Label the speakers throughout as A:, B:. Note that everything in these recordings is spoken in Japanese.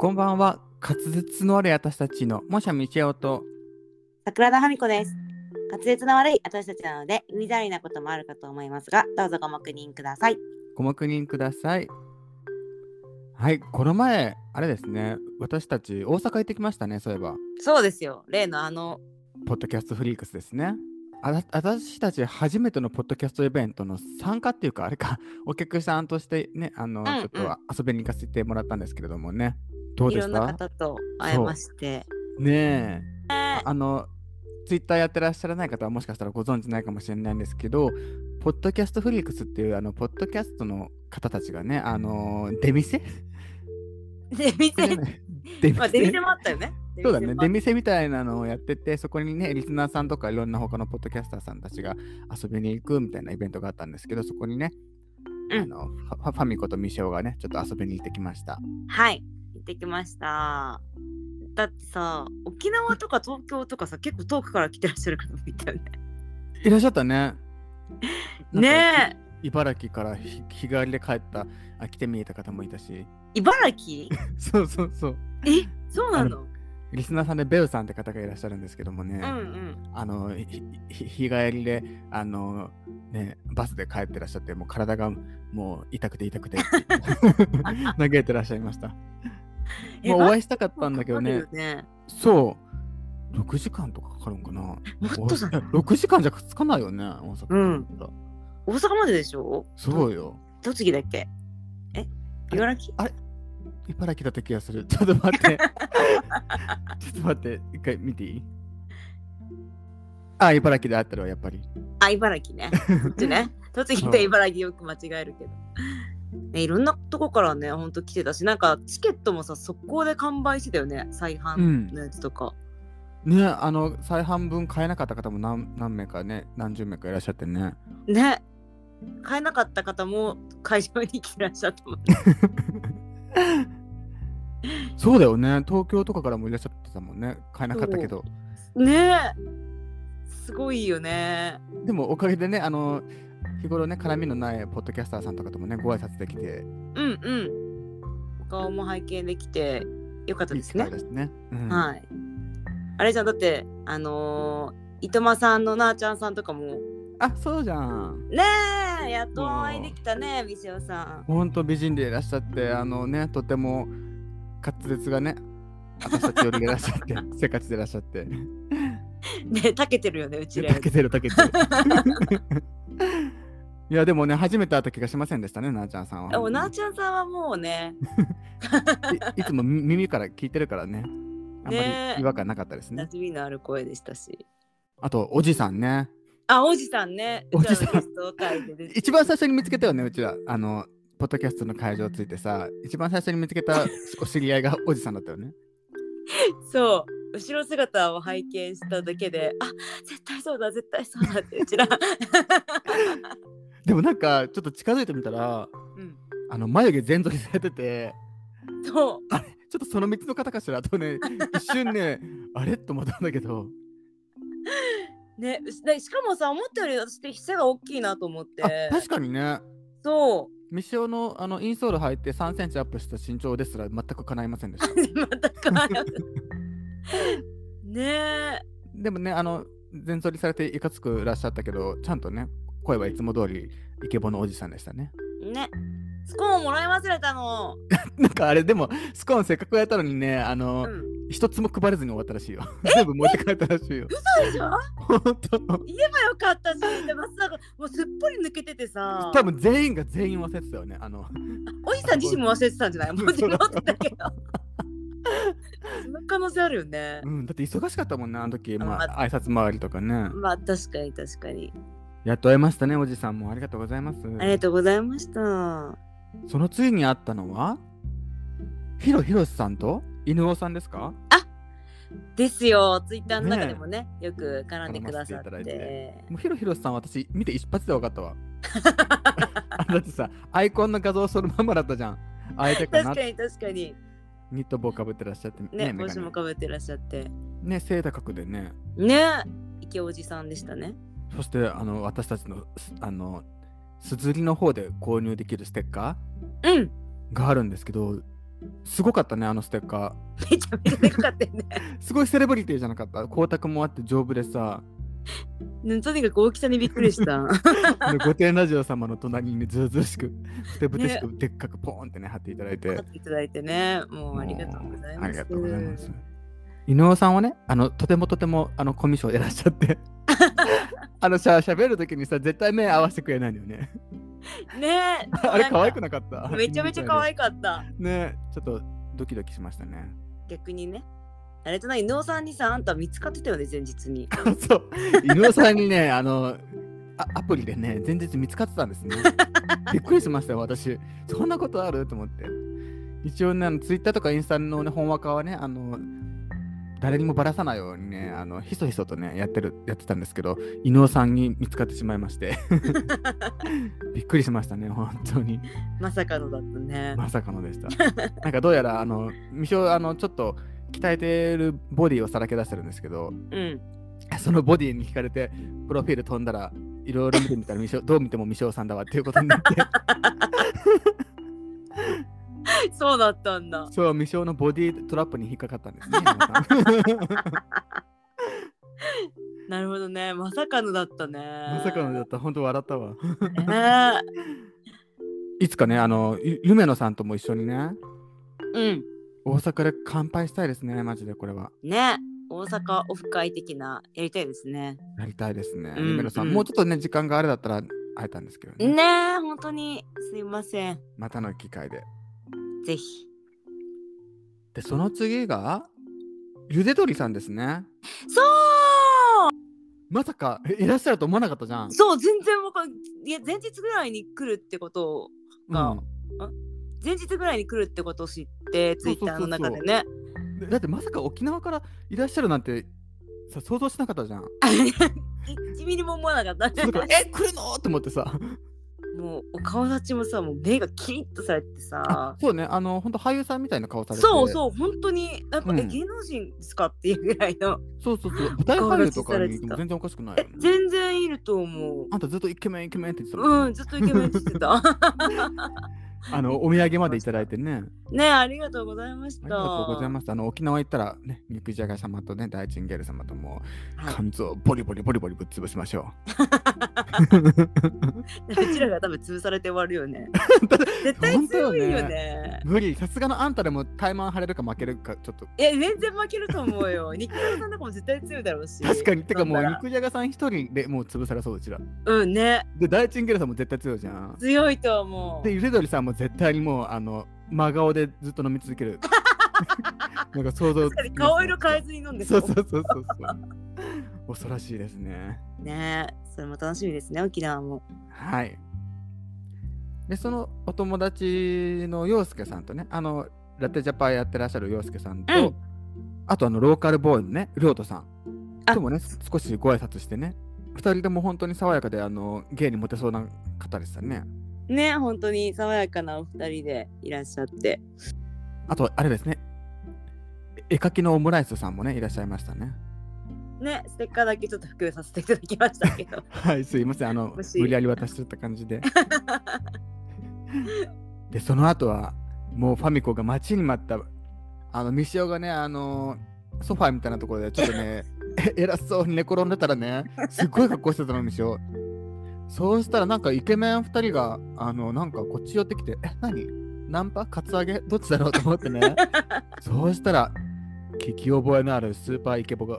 A: こんばんは。滑舌の悪い私たちの、もしゃみちおと、
B: 桜田み子です。滑舌の悪い私たちなので、耳障りなこともあるかと思いますが、どうぞご黙認ください。
A: ご黙認ください。はい、この前、あれですね、私たち大阪行ってきましたね、そういえば。
B: そうですよ。例のあの、
A: ポッドキャストフリークスですね。あた私たち初めてのポッドキャストイベントの参加っていうか、あれか、 お客さんとしてね、あの、
B: ん
A: ちょっとは遊びに行かせてもらったんですけれどもね。どう
B: い
A: で
B: ろ
A: し
B: んな
A: た
B: 方と会えまして。
A: ねえ。
B: ね
A: あの、ツイッターやってらっしゃらない方はもしかしたらご存知ないかもしれないんですけど、ポッドキャストフリークスっていう、あの、ポッドキャストの方たちがね、あの、出店
B: 出店、
A: 出
B: まあ出
A: 店
B: 店もあったよね。
A: そうだね、出
B: 店も
A: 店みたいなのをやってて、そこにね、リスナーさんとかいろんな他のポッドキャスターさんたちが遊びに行くみたいなイベントがあったんですけど、そこにね、
B: うん
A: あのファファミコとミシオがね、ちょっと遊びに行ってきました。
B: あったはい、行ってきました。だってさ、沖縄とか東京とかさ、結構遠くから来てらっしゃる方もいたよね。
A: いらっしゃったね。
B: ね
A: え。茨城から日日帰りで帰った、あ来て見えた方もいたし。
B: え、茨城
A: そうそうそう。
B: え、そうなの
A: リスナーさんでベウさんって方がいらっしゃるんですけどもね、
B: うんうん。
A: あのひひ日帰りであの、ね、バスで帰ってらっしゃってもう体がもう痛くて痛くて嘆いてらっしゃいました。
B: え
A: まあ、お
B: バス
A: 会いしたかったんだけどね
B: かか、るよね
A: そう、6時間とかかかるんかな。
B: もっとじゃない
A: ?6 時間じゃつかないよね、大阪。
B: うん大阪まででしょ
A: そうよ。
B: 栃木だっけえ茨城
A: 茨城だった気がする。ち ょっと待って。ちょっと待って、一回見ていいあ、茨城であったらやっぱり。
B: あ、茨城ね。そっちね。栃木と茨城よく間違えるけど。ね、いろんなとこからね、ほんと来てたし、なんかチケットもさ、速攻で完売してたよね、再販のやつとか。
A: ねあの再販分買えなかった方も何何名かね何十名かいらっしゃってね
B: ね。買えなかった方も会場に来てらっしゃったもんね。
A: そうだよね東京とかからもいらっしゃってたもんね買えなかったけど
B: ねすごいよね。
A: でもおかげでねあの日頃ね絡みのないポッドキャスターさんとかともねご挨拶できて
B: うんうん。お顔も拝見できてよかった
A: い
B: で
A: い
B: す
A: 機
B: ね
A: 会。ですね、うん
B: はい。あれじゃん、だって、あのー、いとまさんのなあちゃんさんとかも、
A: あそうじゃん
B: ねえ、やっとお会いできたね、みしおさん。
A: ほんと美人でいらっしゃってあのねとても滑舌がね私たちよりでいらっしゃって せっかちでいらっしゃって
B: ねたけてるよね、うちらよ
A: た
B: り。
A: けてる たけてるいやでもね初めて会った気がしませんでしたねなあちゃんさんは
B: でもなあちゃんさんはもうね、
A: いいつもみ耳から聞いてるからね。あんま
B: ねえ
A: り違和感なかったです
B: 馴
A: ね。
B: 染みのある声でしたし。
A: あと、おじさんね。
B: あ、おじさんね。
A: おじさん
B: うちらのゲスト会で出て
A: 一番最初に見つけたよね、うちら。あの、ポッドキャストの会場ついてさ、一番最初に見つけたお知り合いがおじさんだったよね。
B: そう。後ろ姿を拝見しただけで、あ絶対そうだ、絶対そうだって、うちら。
A: でもなんか、ちょっと近づいてみたら、
B: うん、
A: あの、眉毛全剃りされてて、
B: そう。
A: ちょっとその3つの方かしらとね、一瞬 ね、あれと思ったんだけど、
B: ね、うしでしかもさ、思ったより私って背が大きいなと思って
A: あ。確かにね、
B: そう。
A: ミシオのあのインソール履いて3センチアップした身長ですら全く叶いませんでした。
B: また変わる ねえ
A: でもね、あの、全剃りされていかつくいらっしゃったけど、ちゃんとね、声はいつも通りイケボのおじさんでしたね。
B: ねスコーンもらい忘れたの、
A: なんかあれ、でも、スコーンせっかくやったのにね、あの、
B: うん、
A: 一つも配れずに終わったらしい よ。全部持って帰ったらしいよ。
B: そうでしょ
A: ほんと。
B: 今よかったしでもさもうすっぽり抜けててさ
A: 多分全員が全員忘れてたよね。あの、
B: おじさん自身も忘れてたんじゃないもう自分持ってた けどその可能性あるよね
A: うん、だって忙しかったもんね、あの時、
B: あ
A: ま
B: ま
A: あ、挨拶回りとかね。
B: まあ確かに確かに
A: やっと会えましたね、おじさんも。ありがとうございます。
B: ありがとうございました
A: その次に会ったのは、ヒロヒロシさんと犬尾さんですか
B: ですよツイッターの
A: ね
B: 中
A: え
B: でもねよく絡んでくださって
A: 絡ませていただいもうヒロヒロさん私見て一発で分かった わ。あだってさアイコンの画像そのまんまだったじゃん。あえてかな
B: 確かに確かに
A: ニット帽かぶってらっしゃってねメ
B: ね帽
A: ガ
B: 子
A: ネ
B: もかぶってらっしゃって
A: ね背高くでね
B: ね池おじさんでしたね
A: そしてあの私たちのすあのすずりの方で購入できるステッカ
B: うん
A: ーがあるんですけどすごかったね、あのステッカ
B: めちゃめちゃでかかったよね。
A: ー。すごいセレブリティじゃなかった。光沢もあって丈夫で さ、
B: ねとにかく大きさにびっく りした。
A: で御殿ラジオ様の隣にずうずうしく、ふてぶてしく、でっかくポーンってね、貼っていただいて
B: 買っ。ていただいてね、もうありがとうございます。
A: ありがとうございます。井上さんはね、あのとてもとてもあのコミュ障でいらっしゃ って、あのさ、喋るときにさ、絶対目合わせてくれないのよね。
B: ね
A: あれ、可愛く
B: な
A: なかった
B: んかめちゃめちゃ可
A: い。
B: 愛かった。
A: ね、ちょっとドキドキしましたね。
B: 逆にね。あれとない、伊能さんにさ、あんた見つかってたよね、前日に。
A: そう、井上さんにね、 あの、あアプリでね、前日見つかってたんですね。びっくりしましたよ、私。そんなことあると思って。一応ね、あのツイッターとかインスタの、ね、本若はね、あの、誰にもばらさないようにね、あの、ひそひそとね、やってる、やってたんですけど、伊能さんに見つかってしまいまして。びっくりしましたね、本当に。
B: まさかのだったね。
A: まさかのでした。なんかどうやら、あの、未章、あの、ちょっと、鍛えてるボディをさらけ出してるんですけど、
B: うん。
A: そのボディに惹かれて、プロフィール飛んだら、いろいろ見てみたら、未 章どう見ても未章さんだわっていうことになって、
B: そうだったんだ。
A: そう、未章のボディトラップに引っかかったん ですね。皆さん
B: なるほどね。まさかのだったね。
A: まさかのだった、本当笑ったわ。
B: ね。
A: いつかね、あの、ゆ夢野さんとも一緒にね、
B: うん。
A: 大阪で乾杯したいですね、マジでこれは。
B: ね。大阪オフ会的なやりたいですね。
A: やりたいですね。
B: うん
A: 夢野さん、
B: うん
A: もうちょっとね、時間があれだったら会えたんですけどね。
B: ねえ、本当にすいません。
A: またの機会で。
B: ぜひ。
A: で、その次が、ゆで鳥さんですね。
B: そう
A: まさか、えいらっしゃると思わなかったじゃん。
B: そう、全然わかんいや、前日ぐらいに来るってことを、が
A: うん
B: 前日ぐらいに来るってことを知って、ツ
A: そ
B: イ
A: うそ
B: ッ
A: うそうそう
B: ターの中でね。
A: でだってまさか沖縄からいらっしゃるなんてさ想像しなかったじゃん。
B: 1ミリも思わなかった
A: だ
B: ね
A: からえ来るのと思ってさ。
B: もうお顔立ちもさもう目がキリッとされて
A: あ
B: さ
A: そうねあの本当俳優さんみたいな顔されて
B: そう
A: う
B: そう本当になんか、
A: うん
B: え芸能人ですかっていうぐらいの
A: そうそうそう舞台俳優とかにいても全然おかしくない
B: え
A: よね、
B: 全然いると思う
A: あんたずっとイケメンイケメンって言ってたもん、
B: うんずっとイケメンって言って た
A: あのお土産までいただいてね
B: ねありがとうございまし
A: あ
B: た
A: りがとうございますあの沖縄行ったらね肉じゃが様とね大チンゲル様ともう
B: はい
A: 肝臓をボリボリボリボリぶっ潰しましょ
B: うちらが多分潰されて終わる よね絶対
A: 本当よ
B: 強
A: ね
B: いよね
A: う無理さすがのあんたでもタイマン張れるか負けるかちょっと
B: いや全然負けると思うよ 肉屋さんとかも絶対強いだろうし
A: 確かにてかもう
B: なんなら
A: 肉じゃがさん一人でもう潰されそううちら
B: うんね
A: で大チンゲルさんも絶対強いじゃん
B: 強いと思
A: でゆでどりさんも絶対にもうあの真顔でずっと飲み続け るなんか想像
B: う確かに顔色変えずに飲んで
A: そう
B: う
A: そうそうそうそう恐ろしいですね
B: ねそれも楽しみですね沖縄も
A: はいでそのお友達の陽介さんとねあのラテジャパンやってらっしゃる陽介さんと、
B: うん
A: あとあのローカルボーイのね亮太さん
B: あ
A: ともね少しご挨拶してね2人とも本当に爽やかであの芸にモテそうな方でしたね
B: ね本当に爽やかなお二人でいらっしゃって
A: あとあれですね絵描きのオムライスさんもねいらっしゃいましたね
B: ねステッカーだけちょっと普及させていただきましたけど
A: はい、すいません。あの
B: も、し
A: 無理やり渡しちゃった感じで。で、その後は、もうファミコが待ちに待った、あの、ミシオがね、あの、ソファーみたいなところで、ちょっとね、え偉そうに寝転んでたらね、すっごい格好してたの、ミシオ。そうしたら、なんかイケメン2人が、あの、なんかこっち寄ってきて、え、何ナンパカツアゲどっちだろうと思ってね。そうしたら、聞き覚えのあるスーパーイケボが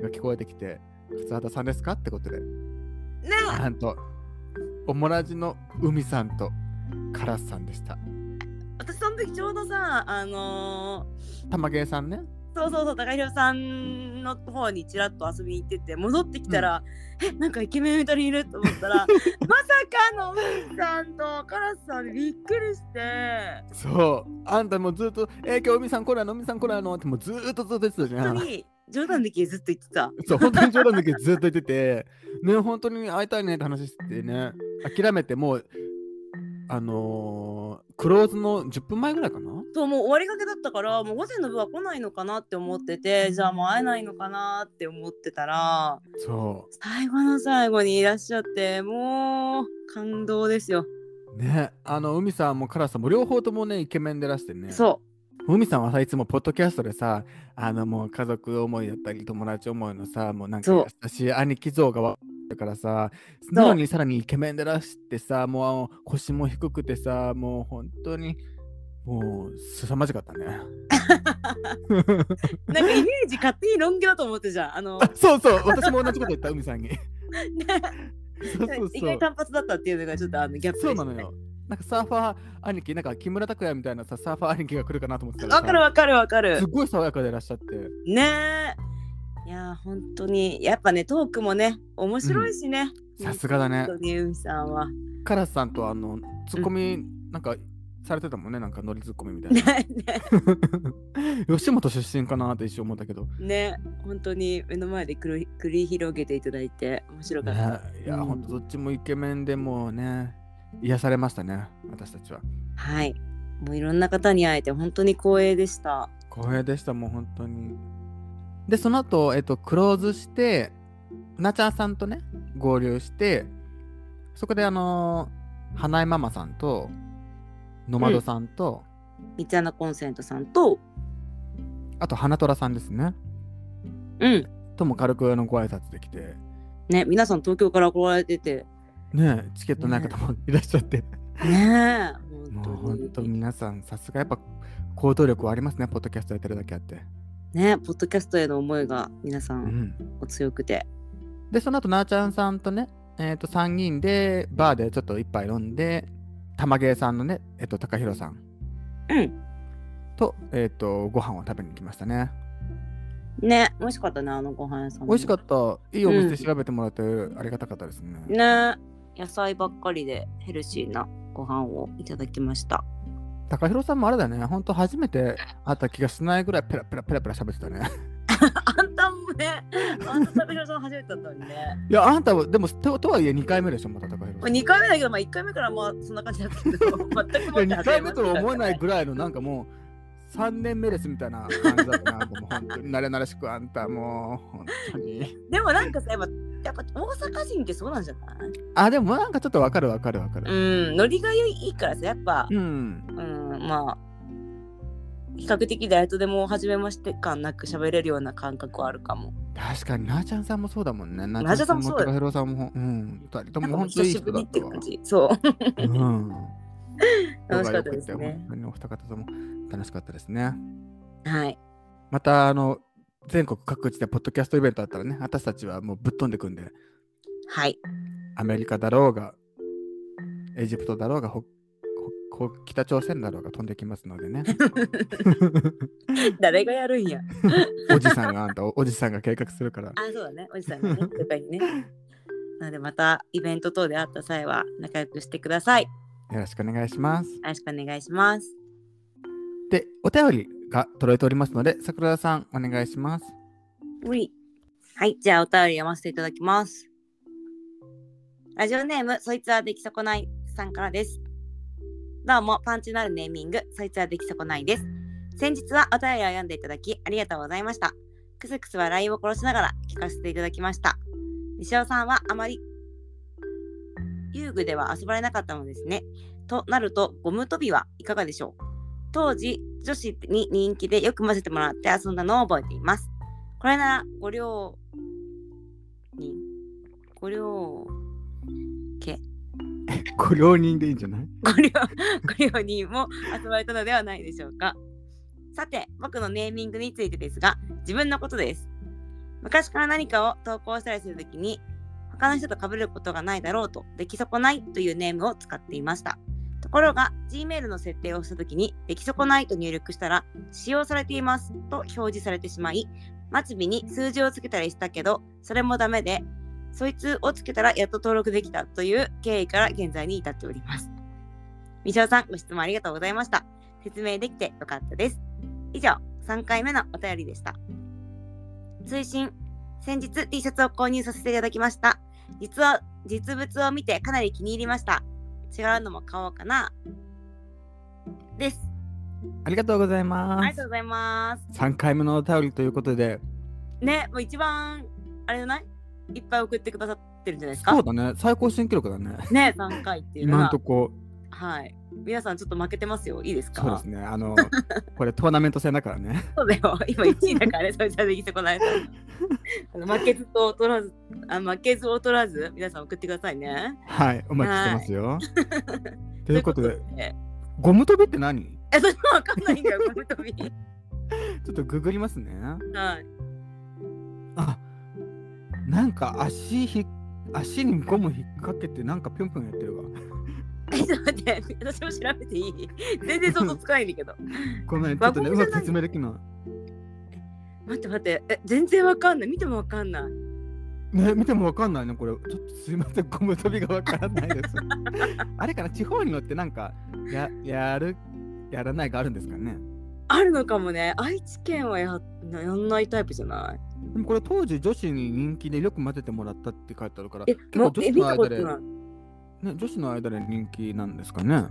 A: が聞こえてきて、勝畑さんですかってことで。
B: ね
A: なんと、オモラジの海さんとカラスさんでした。
B: 私その時ちょうどさあの
A: 玉芸さんね。
B: ーそうそうそう高弘さんの方にちらっと遊びに行ってて戻ってきたら、えなんかイケメン二人いると思っ たらまさかの海さんとカラスさんでびっくりして
A: そう。あんたもうずっと、えー、今日海さん来ないの海さん来ないのってもうずーっとずっと言ってたじゃ
B: 本当
A: ん。
B: に冗談できずっと言ってた
A: そう、本当に冗談だけどずっと言ってて、ね、本当に会いたいねって話しててね、諦めてもう、あのー、クローズの10分前ぐらいかな
B: そうもう終わりかけだったからもう午前の部は来ないのかなって思っててじゃあもう会えないのかなって思ってたら
A: そ
B: 最後の最後にいらっしゃってもう感動ですよ、
A: う。ね、あの、海さんもカラスさんも両方ともね、イケメンでらしてね。
B: そ
A: もみさんはさいつもポッドキャストでさあのもう家族思いだったり友達思いのさもうなん
B: そう
A: か優しい兄貴像がわだからさなのにさらにイケメンでらしてさもう腰も低くてさもう本当にもう凄まじかったね
B: なんかイメージ勝手にロン毛だと思ってじゃん あの、
A: あそうそう私も同じこと言った海さ んにそうそうそう
B: 意外単発だったっていうのがちょっとあのギャップ
A: そ
B: で
A: う
B: した
A: な
B: ね
A: のよ。なんかサーファー兄貴、なんか木村拓哉みたいなさ、サーファー兄貴が来るかなと思ってたら
B: わ
A: さ
B: かるわかるわか
A: す
B: る
A: っごい爽やかでいらっしゃって。
B: ねえいやー本当にやっぱねトークもね面白いしね、
A: さすがだね
B: 本。当に海さんは
A: カラスさんとあの、ツッコミ、なんか、されてたもんね、なんかノリツッコミみたい
B: ね
A: な。 吉本出身かなって一瞬思ったけど。ね
B: ね本当に目の前で繰り繰り広げていただいて面白かった、
A: いや、
B: うん
A: ほんとどっちもイケメンでもうね、癒されましたね、私たちは。
B: はいもういろんな方に会えて本当に光栄でした
A: 光栄でした、もう本当に。で、その後、えっと、クローズして、なちゃんさんとね、合流して、そこで、あのー花江ママさんと、ノマドさんと、
B: 三ツ穴コンセントさんと
A: あと、花虎さんですね。
B: うん
A: とも軽くあのご挨拶できて、
B: ね皆さん東京から来られてて
A: ねえ、チケットない方もいらっしゃって、
B: ねえ
A: もう
B: 本
A: 本
B: 当
A: 当
B: に
A: 皆さん、さすがやっぱ行動力はありますね、ポッドキャストやってるだけあって。
B: ねポッドキャストへの思いが皆さ
A: うんん。
B: お強くて
A: で、その後、なーちゃんさんとね、えっ、と、3人で、バーでちょっと一杯飲んで、玉芸さんのね、えっ、と、高弘さん
B: うん
A: と、えっ、と、ご飯を食べに来ましたね。
B: ね美味しかったねあのご飯屋さんも
A: 美味しかった。いいお店調べてもらって、ありがたかったですね。
B: ね野菜ばっかりでヘルシーなご飯をいただきました
A: 高弘さんもあれだね、ほんと初めて会った気がしないぐらい、ペラペラペラペラ喋ってたね。
B: あんたもねあんた食べるさん初めてだったのにね
A: いや、あんたは、でも、ととはいえ2回目でしょ、また高弘さ
B: まあ
A: ん。
B: 2回目だけど、まあ、1回目からまあそんな感じだったけど 全くもって初め
A: い
B: ま
A: や
B: して
A: 2回目とは思えない
B: だ
A: ぐらいの、なんかもう、3年目ですみたいな感じだったな、もう本当に慣れ慣れしく、あんたもう、本当に。
B: ねでもなんかさやっぱやっぱ大阪人ってそうなんじゃない
A: あ、でもなんかちょっとわかるわかるわか
B: う
A: る。
B: んノリがいいからさやっぱ
A: うん。
B: うん、まあ比較的誰とでも初めまして感なく喋れるような感覚はあるかも
A: 確かに、なーちゃんさんもそうだもんね。な
B: ーちゃんさんもそうだよ
A: 高弘さんも、うん。二人と
B: なん
A: も
B: かもう
A: 本当に
B: 久
A: いい
B: しぶ
A: 人だ
B: りっ
A: ってた
B: 感
A: わ。
B: じそう
A: うん。
B: 楽しかったです
A: 仲が良くて
B: ね
A: 本当にお二方とも楽しかったですね。
B: はい
A: また、あの、全国各地でポッドキャストイベントあったらね、私たちはもうぶっ飛んでくんで、
B: はい
A: アメリカだろうが、エジプトだろうが、ほほほ北朝鮮だろうが飛んできますので ね。
B: 誰がやるんや
A: おじさんがあんた、おおじさんが計画するから。
B: あそうだねおじさ んがねとかにねなのでまたイベント等で会った際は仲良くしてくださいよ
A: よろしくお願いします。
B: ろしくお願いします
A: で、お便りが届いておりますので、桜田さん、お願いします。
B: 無理はいじゃあお便り読ませていただきますラジオネームそいつはできそこないさんからですどうもパンチのあるネーミングそいつはできそこないです先日はお便りを読んでいただきありがとうございましたクスクス笑いを殺しながら聞かせていただきました西尾さんはあまり遊具では遊ばれなかったのですねとなるとゴム跳びはいかがでしょう当時女子に人気でよく混ぜてもらって遊んだのを覚えていますこれならご両人ご両家
A: ご両人でいいんじゃない
B: ご両ご両人も遊ばれたのではないでしょうかさて僕のネーミングについてですが自分のことです昔から何かを投稿したりするときに他の人と被ることがないだろうと出来損ないというネームを使っていましたところが Gmail の設定をしたときに出来損ないと入力したら使用されていますと表示されてしまい末尾に数字をつけたりしたけどそれもダメでそいつをつけたらやっと登録できたという経緯から現在に至っておりますみしおさん、ご質問ありがとうございました。説明できてよかったです。以上、3回目のお便りでした。追伸、先日 T シャツを購入させていただきました。実は、実物を見てかなり気に入りました。違うのも買おうかな。です。
A: ありがとうござい
B: あり
A: ま
B: がとう
A: す。
B: ございます。
A: 3回目のお便りということで、
B: ね、もう一番、あれじゃないいっぱい送ってくださってるんじゃないですか
A: そうだね、最高新記録だね。
B: ね、3回っていうの
A: 今ん
B: は
A: と。こ、
B: はい。皆さんちょっと負けてますよ。いいですか
A: そうですね。あ の、これトーナメント戦だからね。
B: そうだよ。今1位だからね、それじゃできてこ ないと。あの負けずと劣らずあ、負けず劣らず、皆さん送ってくださいね。
A: はい、お待ちしてます よ。ということで、
B: え、
A: ゴム跳びって何
B: えそれもわかんないんだよ、ゴム跳び。
A: ちょっとググりますね。
B: はい。
A: あ、なんか足ひ足にゴム引っ掛けてなんかぴょんぴょんやってるわ。
B: え、ちょっと待って、私も調べていい全然想像つかないんだけど。
A: ごめん、ちょっとね、
B: 輪ゴ
A: う
B: ム
A: ま
B: じゃない
A: く説明できな
B: 待って待って、え、全然わかんない。見てもわかんない。
A: い。ね、見てもわかんないね、これ。ちょっとすいません、ゴム跳びがわからない です。あれかな、地方によってなんか、や、やる、やらないがあるんですかね。
B: あるのかもね。愛知県はややんないタイプじゃない
A: でもこれ当時女子に人気でよく混ぜてもらったって書いてあるから、
B: え
A: 結、
B: も
A: 構女
B: え
A: 子
B: 見
A: の
B: たこ
A: 間
B: と
A: で、
B: な
A: ね
B: い、。
A: 女子の間で人気なんですかね。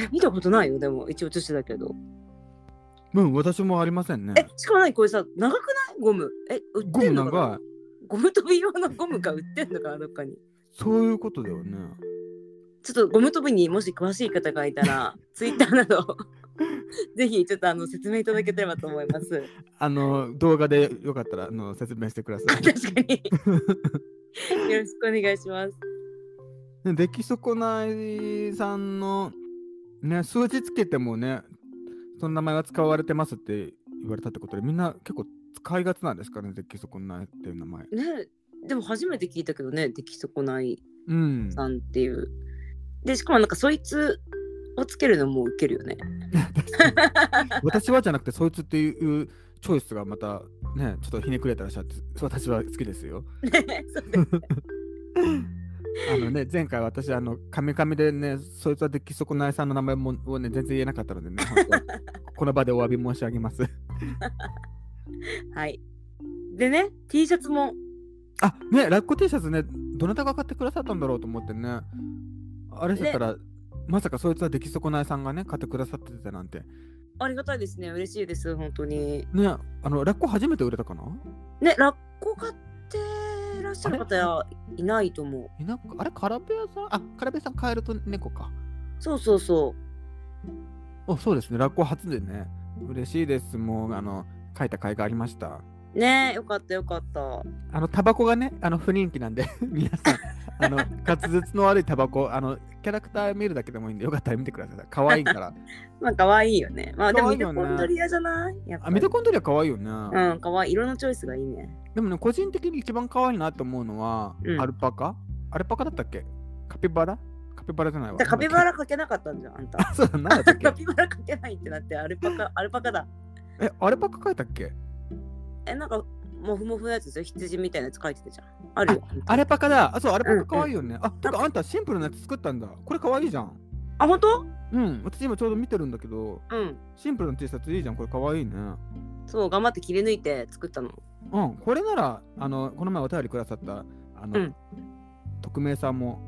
B: え見たことないよ、でも。一応女子だけど。
A: うん、私もありませんね。
B: え、しかも何これさ、長くないゴム。え、売っ
A: ゴ
B: て
A: ム
B: んのか
A: 長い
B: な。ゴム跳び用のゴムが売ってんのかな、どっかに。
A: そういうことだよね。
B: ちょっとゴム跳びにもし詳しい方がいた ら、ツイッターなど、 ぜひちょっとあの説明いただければと思います。
A: あの動画でよかったらあの説明してくださ
B: 確かに。よろしくお願いします。
A: い。出来損ないさんの、ね、数字つけてもね、その名前が使われてますって言われたってことで、みんな結構使いがちなんですかね、出来損ないっていう名前。
B: ね、でも初めて聞いたけどね、出来損ない
A: うん。
B: さんっていう。で、しかもなんかそいつをつけるのもウケるよね。
A: 私はじゃなくて、そいつっていうチョイスがまたね、ちょっとひねくれたらしゃって、私は好きですよ。
B: そうだよね
A: あのね、前回私、あの、カミカミでね、そいつは出来損ないさんの名前もをね、全然言えなかったのでね、本当この場でお詫び申し上げます。
B: はい。でね、T シャツも
A: あ、ね、ラッコ T シャツね、どなたが買ってくださったんだろうと思ってね、あれしてたら、まさかそいつは出来損ないさんがね、買ってくださってたなんて。
B: ありがたいですね。嬉しいです、本当に。
A: ね、あの、ラッコ初めて売れたかな
B: ね、ラッコ買ってらっしゃる方はいないと思う。
A: いなくあれ、カラベアさんあ、カラベアさんカエルと猫か。
B: そうそうそ
A: あ、そうですね、ラッコ初でね、嬉しいです。もう、あの、書いた甲斐がありました。
B: う。ねよかったよかった。
A: あのタバコがね、あの不人気なんで、 皆さん、あの滑舌の悪いタバコ、あのキャラクター見るだけでもいいんで、よかったら見てください。可愛い から。
B: まあ可愛いよね。まあでも
A: 可
B: ミ
A: 愛いよ
B: ト
A: ね
B: コンドリアじゃないやっぱ
A: あ
B: り
A: ミトコンドリア可愛いよね。
B: うん、可愛い。色のチョイスがいいね。
A: でもね、個人的に一番可愛いなと思うのは、
B: うん
A: アルパカアルパカだったっけカピバラカピバラじゃないわ。
B: だからカピバ
A: ラ
B: ラかけなかったんじゃん、あん た。
A: そうだ、なんだっ
B: カ
A: け
B: ピバラかけないってなって、アルパ カ、アルパカだ。
A: え、アルパカ描いたっけ
B: え、なんか、もふもふのやつですよ。羊みたいなやつ書いてたじゃん。あるよ。
A: アルパカだ。あ、そう、アルパ
B: うんう
A: カ
B: ん
A: 可愛いよね。あ、てかあんたシンプルなやつ作ったんだ。これ可愛いじゃん。
B: あ、本当
A: うん、私今ちょうど見てるんだけど、
B: うん。
A: シンプルな T シャツいいじゃん。これ可愛いね。
B: そう、頑張って切り抜いて作ったの。
A: うん、これならあのこの前お便りくださったあの、
B: うん
A: 匿名さんも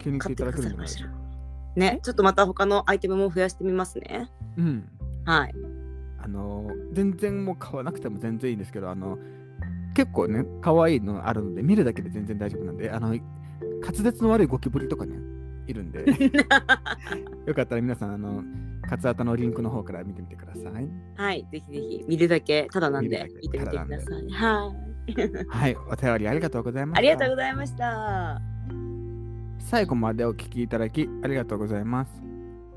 A: 気に入っ
B: 買
A: て
B: っ
A: い
B: て
A: ただ
B: くだ
A: けるん
B: さ
A: じ
B: い
A: ゃな
B: ま
A: いで
B: し
A: すか。。
B: たね、ちょっとまた他のアイテムも増やしてみますね。
A: うん、
B: はい。
A: あの全然もう買わなくても全然いいんですけどあの結構ね可愛いのあるので見るだけで全然大丈夫なんであの滑舌の悪いゴキブリとかねいるんで よかったら皆さんあのカツアタのリンクの方から見てみてくださ い。
B: はい、ぜひぜひ見るだけただなんで見
A: 見
B: て
A: る
B: み
A: だ
B: て
A: け
B: ください。はい、
A: はい、お便りありがとうございました。
B: ありがとうございました。
A: 最後までお聞きいただきありがとうございます。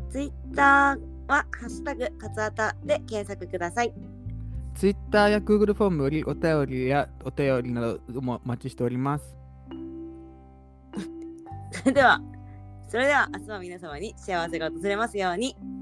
B: ツイッターはハッシュタグカツアタで検索ください。
A: ツイッターや Google フォームよりお便りやお便りなどもお待ちしております。
B: それでは、それでは明日も皆様に幸せが訪れますように。